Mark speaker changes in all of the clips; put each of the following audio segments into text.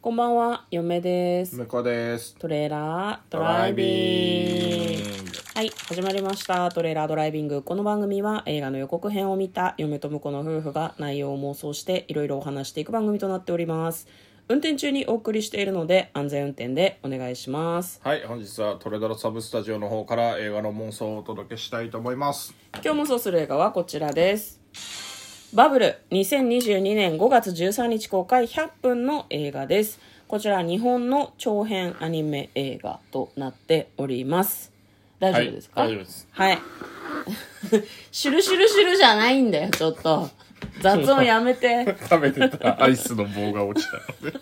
Speaker 1: こんばんは、嫁です。
Speaker 2: 向こうです
Speaker 1: トレーラードライビング。はい、始まりました。トレーラードライビング。この番組は映画の予告編を見た嫁と婿の夫婦が内容を妄想していろいろお話していく番組となっております。運転中にお送りしているので安全運転でお願いします。
Speaker 2: はい本日はトレドラサブスタジオの方から映画の妄想をお届けしたいと思います
Speaker 1: 今日妄想する映画はこちらです。バブル2022年5月13日公開100分の映画です。こちら日本の長編アニメ映画となっております。大丈夫ですか、
Speaker 2: はい大丈夫です。
Speaker 1: はい。 シュルシュルシュルじゃないんだよ、ちょっと。雑音やめて。
Speaker 2: 食べてた アイスの棒が落ちたので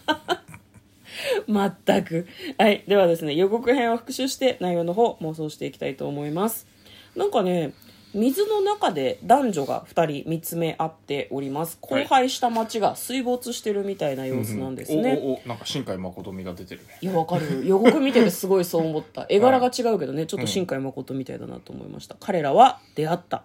Speaker 1: まったく。はい。ではですね、予告編を復習して内容の方妄想していきたいと思います。なんかね、水の中で男女が2人見つめ合っております。
Speaker 2: はい
Speaker 1: 荒廃した街が水没してるみたいな様子なんですね。
Speaker 2: おおおなんか新海誠味が出てるね
Speaker 1: いやわかる よ予告見ててすごいそう思った絵柄が違うけどねちょっと新海誠みたいだなと思いました、彼らは出会った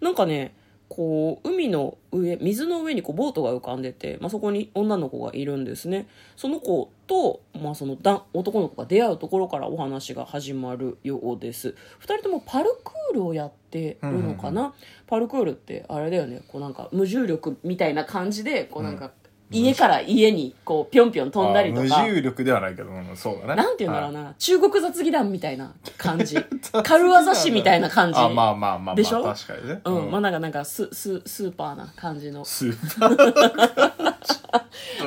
Speaker 1: なんかねこう海の上水の上にこうボートが浮かんでて、まあ、そこに女の子がいるんですねその子と、まあ、そのだ男の子が出会うところからお話が始まるようです2人ともパルクールをやってるのかな、パルクールってあれだよねこうなんか無重力みたいな感じでこうなんか家から家にこうぴょんぴょん飛んだりとか
Speaker 2: あー無重力ではないけど、うんそうだね
Speaker 1: なんて言うんだろう
Speaker 2: な
Speaker 1: な、中国雑技団みたいな感 じ。軽業師みたいな感じ。
Speaker 2: あまあまあまあ、まあ、
Speaker 1: でしょ
Speaker 2: 確かにね、
Speaker 1: うん、まあなんか、なんか、ス、ス、スーパーな感じの。
Speaker 2: スーパー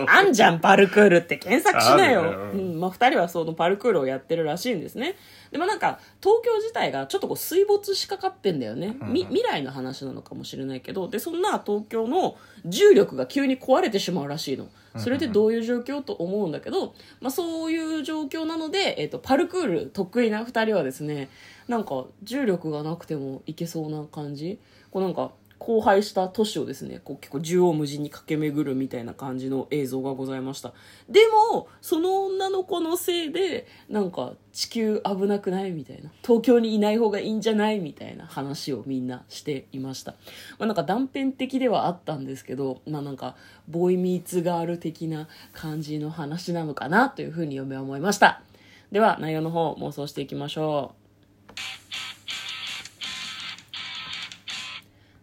Speaker 1: あんじゃん、パルクールって検索しなよ。
Speaker 2: あるね
Speaker 1: う
Speaker 2: うん
Speaker 1: ん、まあ二人はそのパルクールをやってるらしいんですね。でもなんか、東京自体がちょっとこう水没しかかってんだよね。み、未来の話なのかもしれないけど、で、そんな東京の重力が急に壊れてしまうらしいの。それでどういう状況と思うんだけど、まあそういう状況なので、えっ、と、パルクール得意な二人はですね、なんか重力がなくてもいけそうな感じ。こうなんか、荒廃した都市をですねこう結構縦横無尽に駆け巡るみたいな感じの映像がございましたでもその女の子のせいでなんか地球危なくないみたいな東京にいない方がいいんじゃないみたいな話をみんなしていました、まあ、なんか断片的ではあったんですけどまあなんかボーイミーツガール的な感じの話なのかなというふうに嫁は思いましたでは内容の方妄想していきましょう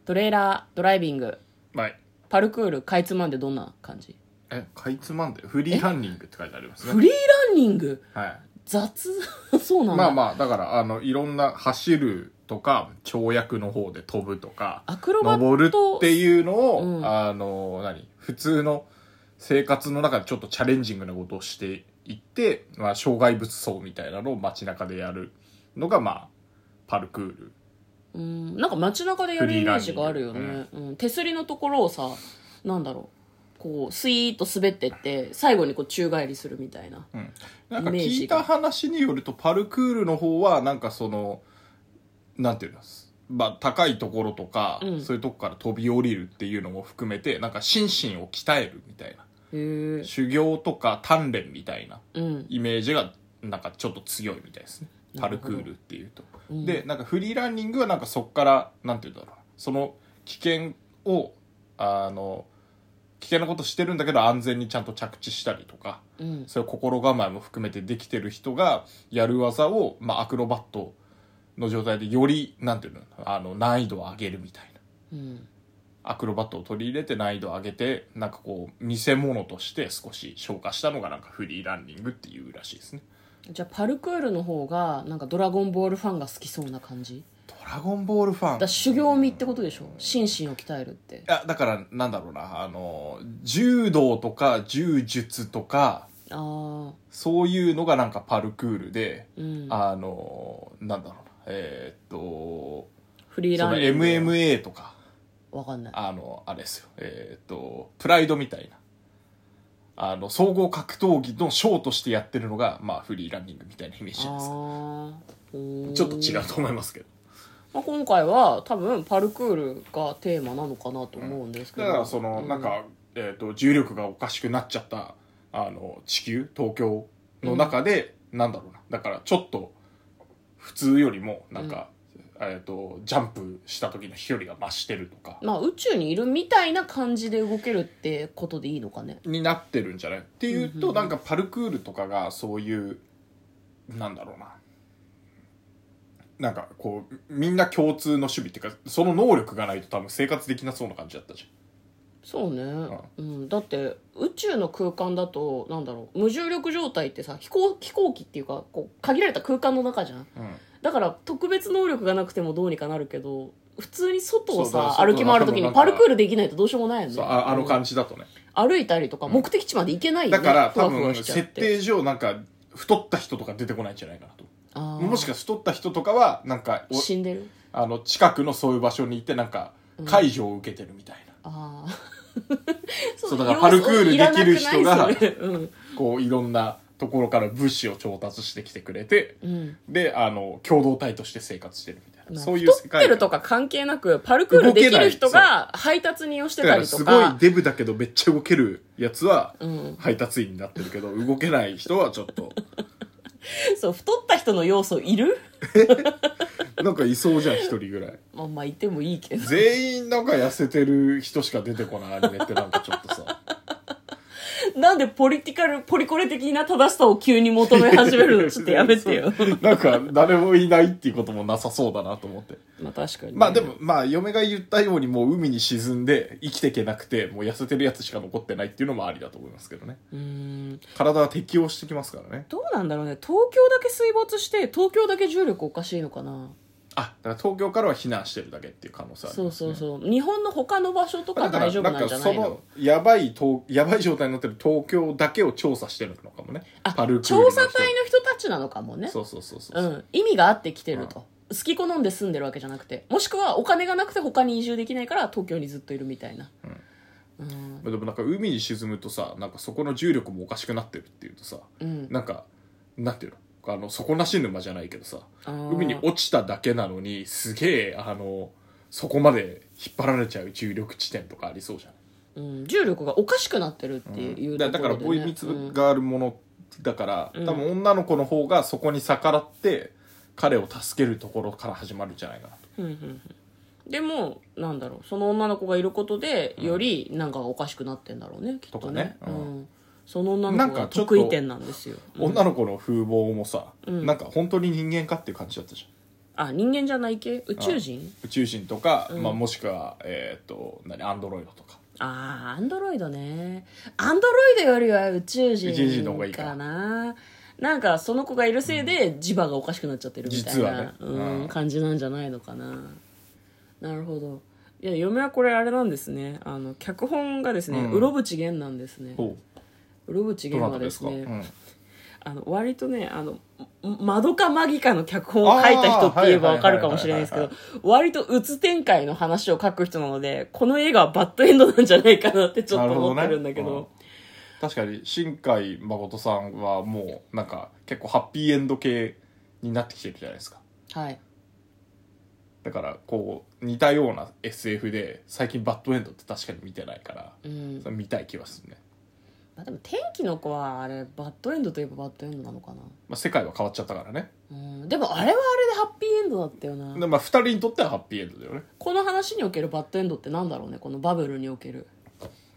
Speaker 1: トレーラードライビング
Speaker 2: はい
Speaker 1: パルクールかいつまんでどんな感じ
Speaker 2: えかいつまんでフリーランニングって書いてあります
Speaker 1: フ
Speaker 2: ね
Speaker 1: リーランニング
Speaker 2: はい
Speaker 1: 雑 そうなんだ、
Speaker 2: まあまあだからあのいろんな走るとか跳躍の方で飛ぶとか
Speaker 1: アクロバット
Speaker 2: 登るっていうのを、
Speaker 1: うん
Speaker 2: あの何普通の生活の中でちょっとチャレンジングなことをしていって、まあ、障害物走みたいなのを街中でやるのがまあパルクール
Speaker 1: うんなんか街中でやるイメージがあるよ
Speaker 2: フリーラ
Speaker 1: ね、うん、手すりのところをさなんだろうこうスイーッと滑ってって最後にこう宙返りするみたいな
Speaker 2: なんか
Speaker 1: イメー
Speaker 2: 聞
Speaker 1: ジ
Speaker 2: い
Speaker 1: が
Speaker 2: た話によるとパルクールの方はなんかそのなんていうんですまあ、高いところとか、
Speaker 1: うん
Speaker 2: そういうとこから飛び降りるっていうのも含めてなんか心身を鍛えるみたいな
Speaker 1: へえ
Speaker 2: 修行とか鍛錬みたいな
Speaker 1: うん
Speaker 2: イメージがなんかちょっと強いみたいですね
Speaker 1: な
Speaker 2: パ
Speaker 1: る
Speaker 2: ル
Speaker 1: ほど
Speaker 2: クールっていうと、
Speaker 1: うん
Speaker 2: でなんかフリーランニングはなんかそこからなんて言うんだろうその危険をあの危険なことしてるんだけど安全にちゃんと着地したりとか
Speaker 1: うん
Speaker 2: そういう心構えも含めてできてる人がやる技を、まあ、アクロバットの状態でよりなんていうのあの難易度を上げるみたいな
Speaker 1: うん
Speaker 2: アクロバットを取り入れて難易度を上げてなんかこう見せ物として少し消化したのがなんかフリーランニングっていうらしいですね
Speaker 1: じゃあパルクールの方がなんかドラゴンボールファンが好きそうな感じ
Speaker 2: ドラゴンボールファン
Speaker 1: だから修行身ってことでしょ心身を鍛えるって
Speaker 2: いやだからなんだろうなあの柔道とか柔術とか
Speaker 1: ああ
Speaker 2: そういうのがなんかパルクールで、
Speaker 1: うん
Speaker 2: あのなんだろうなえーっと
Speaker 1: フリー
Speaker 2: そ
Speaker 1: ラ
Speaker 2: の
Speaker 1: ンニング
Speaker 2: MMA とか
Speaker 1: わかんない
Speaker 2: あのあれですよえーっとプライドみたいなあの総合格闘技のショーとしてやってるのが、まあ、フリーランニングみたいなイメージじゃないですか
Speaker 1: あー
Speaker 2: ちょっと違うと思いますけど
Speaker 1: まあ、今回は多分パルクールがテーマなのかなと思うんですけど、
Speaker 2: だからその、
Speaker 1: うん
Speaker 2: なんか、えー、と重力がおかしくなっちゃったあの地球東京の中で、なんだろうなだからちょっと普通よりもなんか、えっとジャンプした時の飛距離が増してるとか
Speaker 1: まあ宇宙にいるみたいな感じで動けるってことでいいのかね
Speaker 2: になってるんじゃないっていう
Speaker 1: うんうんう
Speaker 2: と
Speaker 1: ん
Speaker 2: なんかパルクールとかがそういうなんだろうななんかこうみんな共通の趣味っていうかその能力がないと多分生活できなそうな感じだったじ
Speaker 1: そうね、うん、だって宇宙の空間だとなんだろう無重力状態ってさ飛行飛行機っていうかこう限られた空間の中じゃん
Speaker 2: ゃん、うん、
Speaker 1: だから特別能力がなくてもどうにかなるけど普通に外を
Speaker 2: そうだ
Speaker 1: さ
Speaker 2: 外
Speaker 1: 歩き回る時に
Speaker 2: 中のなんか
Speaker 1: パルクールできないとどうしようもないよね
Speaker 2: そうああの感じだとね、
Speaker 1: 歩いたりとか目的地まで行けないよね、
Speaker 2: だから
Speaker 1: ふ
Speaker 2: 多
Speaker 1: わふわ
Speaker 2: 分
Speaker 1: しちゃ
Speaker 2: 設
Speaker 1: って
Speaker 2: 定上なんか太った人とか出てこないんじゃないかなと
Speaker 1: あー
Speaker 2: もしか太った人とかはなんかお
Speaker 1: 死んでる
Speaker 2: あの近くのそういう場所に行ってなんか介助を受けてるみたいな、
Speaker 1: ああ
Speaker 2: そうだからパルクールできる人が
Speaker 1: うん
Speaker 2: こういろんなところから物資を調達してきてくれて
Speaker 1: うん
Speaker 2: であの共同体として生活してるみたいな、
Speaker 1: まあ
Speaker 2: そういう世
Speaker 1: 太って
Speaker 2: 界
Speaker 1: るとか関係なくパルクールできる人
Speaker 2: 動け
Speaker 1: が配達人をして
Speaker 2: だ
Speaker 1: た
Speaker 2: から
Speaker 1: りと
Speaker 2: す
Speaker 1: か
Speaker 2: ごいデブだけどめっちゃ動けるやつは
Speaker 1: うん、
Speaker 2: 配達員になってるけど動けない人はちょっと
Speaker 1: そう太った人の要素いる
Speaker 2: なんかいそうじゃん一人ぐらい
Speaker 1: まあまあいてもいいけど
Speaker 2: 全員なんか痩せてる人しか出てこないアニメってなんかちょっとさ
Speaker 1: なんでポリティカルポリコレ的な正しさを急に求め始め るのちょっとやめてよ
Speaker 2: そうなんか誰もいないっていうこともなさそうだなと思って
Speaker 1: まあ確かにね、
Speaker 2: まあでもまあ嫁が言ったようにもう海に沈んで生きていけなくてもう痩せてるやつしか残ってないっていうのもありだと思いますけどね
Speaker 1: うーん
Speaker 2: 体は適応してきますからね
Speaker 1: どうなんだろうね東京だけ水没して東京だけ重力おかしいのかな
Speaker 2: あだから東京からは避難してるだけっていう可能性あり
Speaker 1: そう
Speaker 2: ます、ね、
Speaker 1: そうそう日本の他の場所とか
Speaker 2: だから
Speaker 1: 大丈夫なんじゃない
Speaker 2: な
Speaker 1: の
Speaker 2: んかそのやばい東やばい状態になってる東京だけを調査してるのかもね
Speaker 1: あ
Speaker 2: パルクールの
Speaker 1: 調
Speaker 2: 人
Speaker 1: 査隊の人たちなのかもね
Speaker 2: そうそうそうそうう、
Speaker 1: ん、意味があって来てると、好き好んで住んでるわけじゃなくてもしくはお金がなくて他に移住できないから東京にずっといるみたいな、うん
Speaker 2: でもなんか海に沈むとさなんかそこの重力もおかしくなってるっていうとさ
Speaker 1: うん
Speaker 2: なんかなんていうのあの底なし沼じゃないけどさ
Speaker 1: あー
Speaker 2: 海に落ちただけなのにすげえあのそこまで引っ張られちゃう重力地点とかありそうじゃん
Speaker 1: うん、重力がおかしくなってるっていう
Speaker 2: だ
Speaker 1: と
Speaker 2: だ
Speaker 1: こ
Speaker 2: から
Speaker 1: ろで、
Speaker 2: ボ
Speaker 1: ね
Speaker 2: ーイミツがあるものだから、
Speaker 1: うん
Speaker 2: 多分女の子の方がそこに逆らって彼を助けるところから始まるんじゃないかなと
Speaker 1: うんうんうんうんでもなんだろうその女の子がいることでよりなんかおかしくなってんだろうねきっとね
Speaker 2: とかねうん
Speaker 1: うんその女の子
Speaker 2: なん
Speaker 1: が
Speaker 2: かちょっと
Speaker 1: 得意点なんですよ、うん
Speaker 2: 女の子の風貌もさ、
Speaker 1: ん
Speaker 2: なんか本当に人間かっていう感じだったじゃん
Speaker 1: あ人間じゃない系宇宙人
Speaker 2: 宇宙人とか、まあ、もしくは、えー、と何アンドロイドとか
Speaker 1: ああアンドロイドねアンドロイドよりは宇宙人
Speaker 2: 宇宙人の方がいいか
Speaker 1: かななんかその子がいるせいで磁場がおかしくなっちゃってるみたい
Speaker 2: 実はね
Speaker 1: な、うん
Speaker 2: うん
Speaker 1: 感じなんじゃないのかななるほどいや嫁はこれあれなんですねあの脚本がですね、
Speaker 2: うん
Speaker 1: うろぶちげんなんですね
Speaker 2: ど
Speaker 1: うろぶちげん
Speaker 2: な
Speaker 1: は
Speaker 2: た
Speaker 1: で
Speaker 2: です
Speaker 1: す
Speaker 2: か
Speaker 1: ね
Speaker 2: うん
Speaker 1: あの割とねあのまどかマギカの脚本を書いた人って言えばわかるかもしれないですけ
Speaker 2: あ
Speaker 1: ど
Speaker 2: ー
Speaker 1: 割とうつ展開の話を書く人なのでこの映画はバッドエンドなんじゃないかなってちょっと思ってるんだけど
Speaker 2: なるほねうん確かに新海誠さんはもうなんか結構ハッピーエンド系になってきてるじゃないですか
Speaker 1: はい
Speaker 2: だからこう似たような SF で最近バッドエンドって確かに見てないから、
Speaker 1: うん
Speaker 2: それ見たい気はするね、
Speaker 1: まあ、でも天気の子はあれバッドエンドといえばバッドエンドなのかな
Speaker 2: まあ、世界は変わっちゃったからね、
Speaker 1: うんでもあれはあれでハッピーエンドだったよな
Speaker 2: でまあ、2人にとってはハッピーエンドだよね
Speaker 1: この話におけるバッドエンドってなんだろうねこのバブルにおける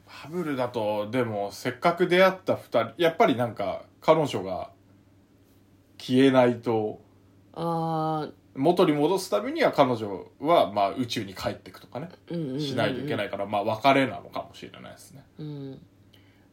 Speaker 2: ハブルだとでもせっかく出会った2人やっぱりなんか彼女が消えないと
Speaker 1: ああ
Speaker 2: 元に戻すためには彼女はまあ宇宙に帰っていくとかね
Speaker 1: うんうんうんうん
Speaker 2: しないといけないから、まあ別れなのかもしれないですね。
Speaker 1: うん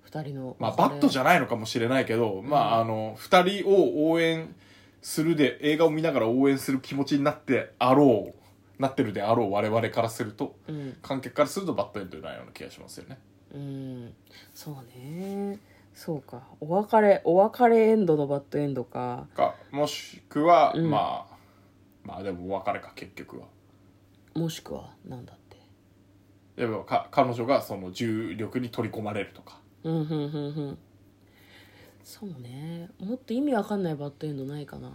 Speaker 1: 二人の
Speaker 2: まあバットじ
Speaker 1: ゃ
Speaker 2: ゃないのかもしれないけど、まああの、二人を応援するで、映画を見ながら応援する気持ちになってあろう、なってるであろう我々からすると、
Speaker 1: うん
Speaker 2: 観客からするとバットエンドないような気がしますよね。
Speaker 1: うんそうねそうかお別れお別れエンドのバッドエンドか
Speaker 2: か、もしくは、
Speaker 1: うん
Speaker 2: まあ、まあでもお別れか結局は。
Speaker 1: もしくはなんだって
Speaker 2: でもか彼女がその重力に取り込まれるとか。
Speaker 1: うんうんうんうんそうねもっと意味わかんないバッドエンドないかな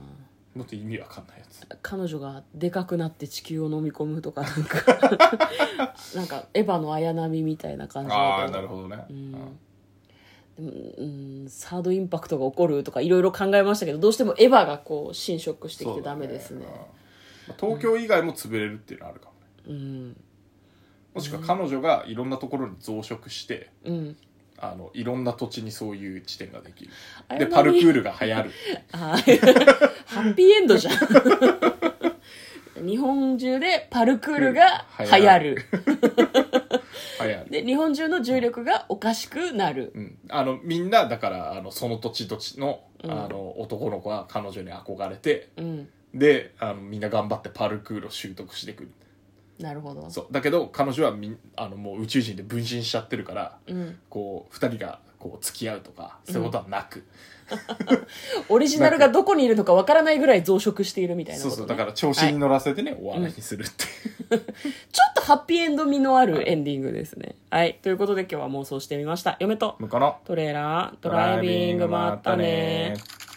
Speaker 2: もっと意味わかんないやつ。
Speaker 1: 彼女がでかくなって地球を飲み込むとか なんかなんかエヴァの綾波みたいな感じ
Speaker 2: ああ、
Speaker 1: け
Speaker 2: なるほどね。
Speaker 1: うん
Speaker 2: うん
Speaker 1: でもうんサードインパクトが起こるとかいろいろ考えましたけどどうしてもエヴァがこう侵食してきてダメですね
Speaker 2: そうだまあ東京以外も潰れるっていうのはあるかもね
Speaker 1: うん
Speaker 2: もしくは彼女がいろんなところに増殖して
Speaker 1: うん
Speaker 2: あのいろんな土地にそういう地点ができる
Speaker 1: あれ
Speaker 2: で
Speaker 1: は
Speaker 2: パルクールが流行る
Speaker 1: はいハッピーエン ドじゃん日本中でパルクールが流行る
Speaker 2: 流行る、
Speaker 1: で日本中の重力がおかしくなる
Speaker 2: うん、あのみんなだからあのその土地土地の
Speaker 1: うん
Speaker 2: あの男の子は彼女に憧れて
Speaker 1: うん
Speaker 2: であのみんな頑張ってパルクールを習得してくる
Speaker 1: なるほど
Speaker 2: そうだけど彼女はみんあのもう宇宙人で分身しちゃってるから
Speaker 1: うん、
Speaker 2: こう2人がこう付き合うとかそういうことはなく、
Speaker 1: オリジナルがどこにいるのかわからないぐらい増殖しているみたいな
Speaker 2: そ
Speaker 1: こ
Speaker 2: う
Speaker 1: と、ね、
Speaker 2: そうだから調子に乗らせてね、お笑いにするって、
Speaker 1: ちょっとハッピーエンド味のあるエンディングですねはいということで今日は妄想してみました嫁と
Speaker 2: うかな
Speaker 1: トレーラードライビングもあったね
Speaker 2: ー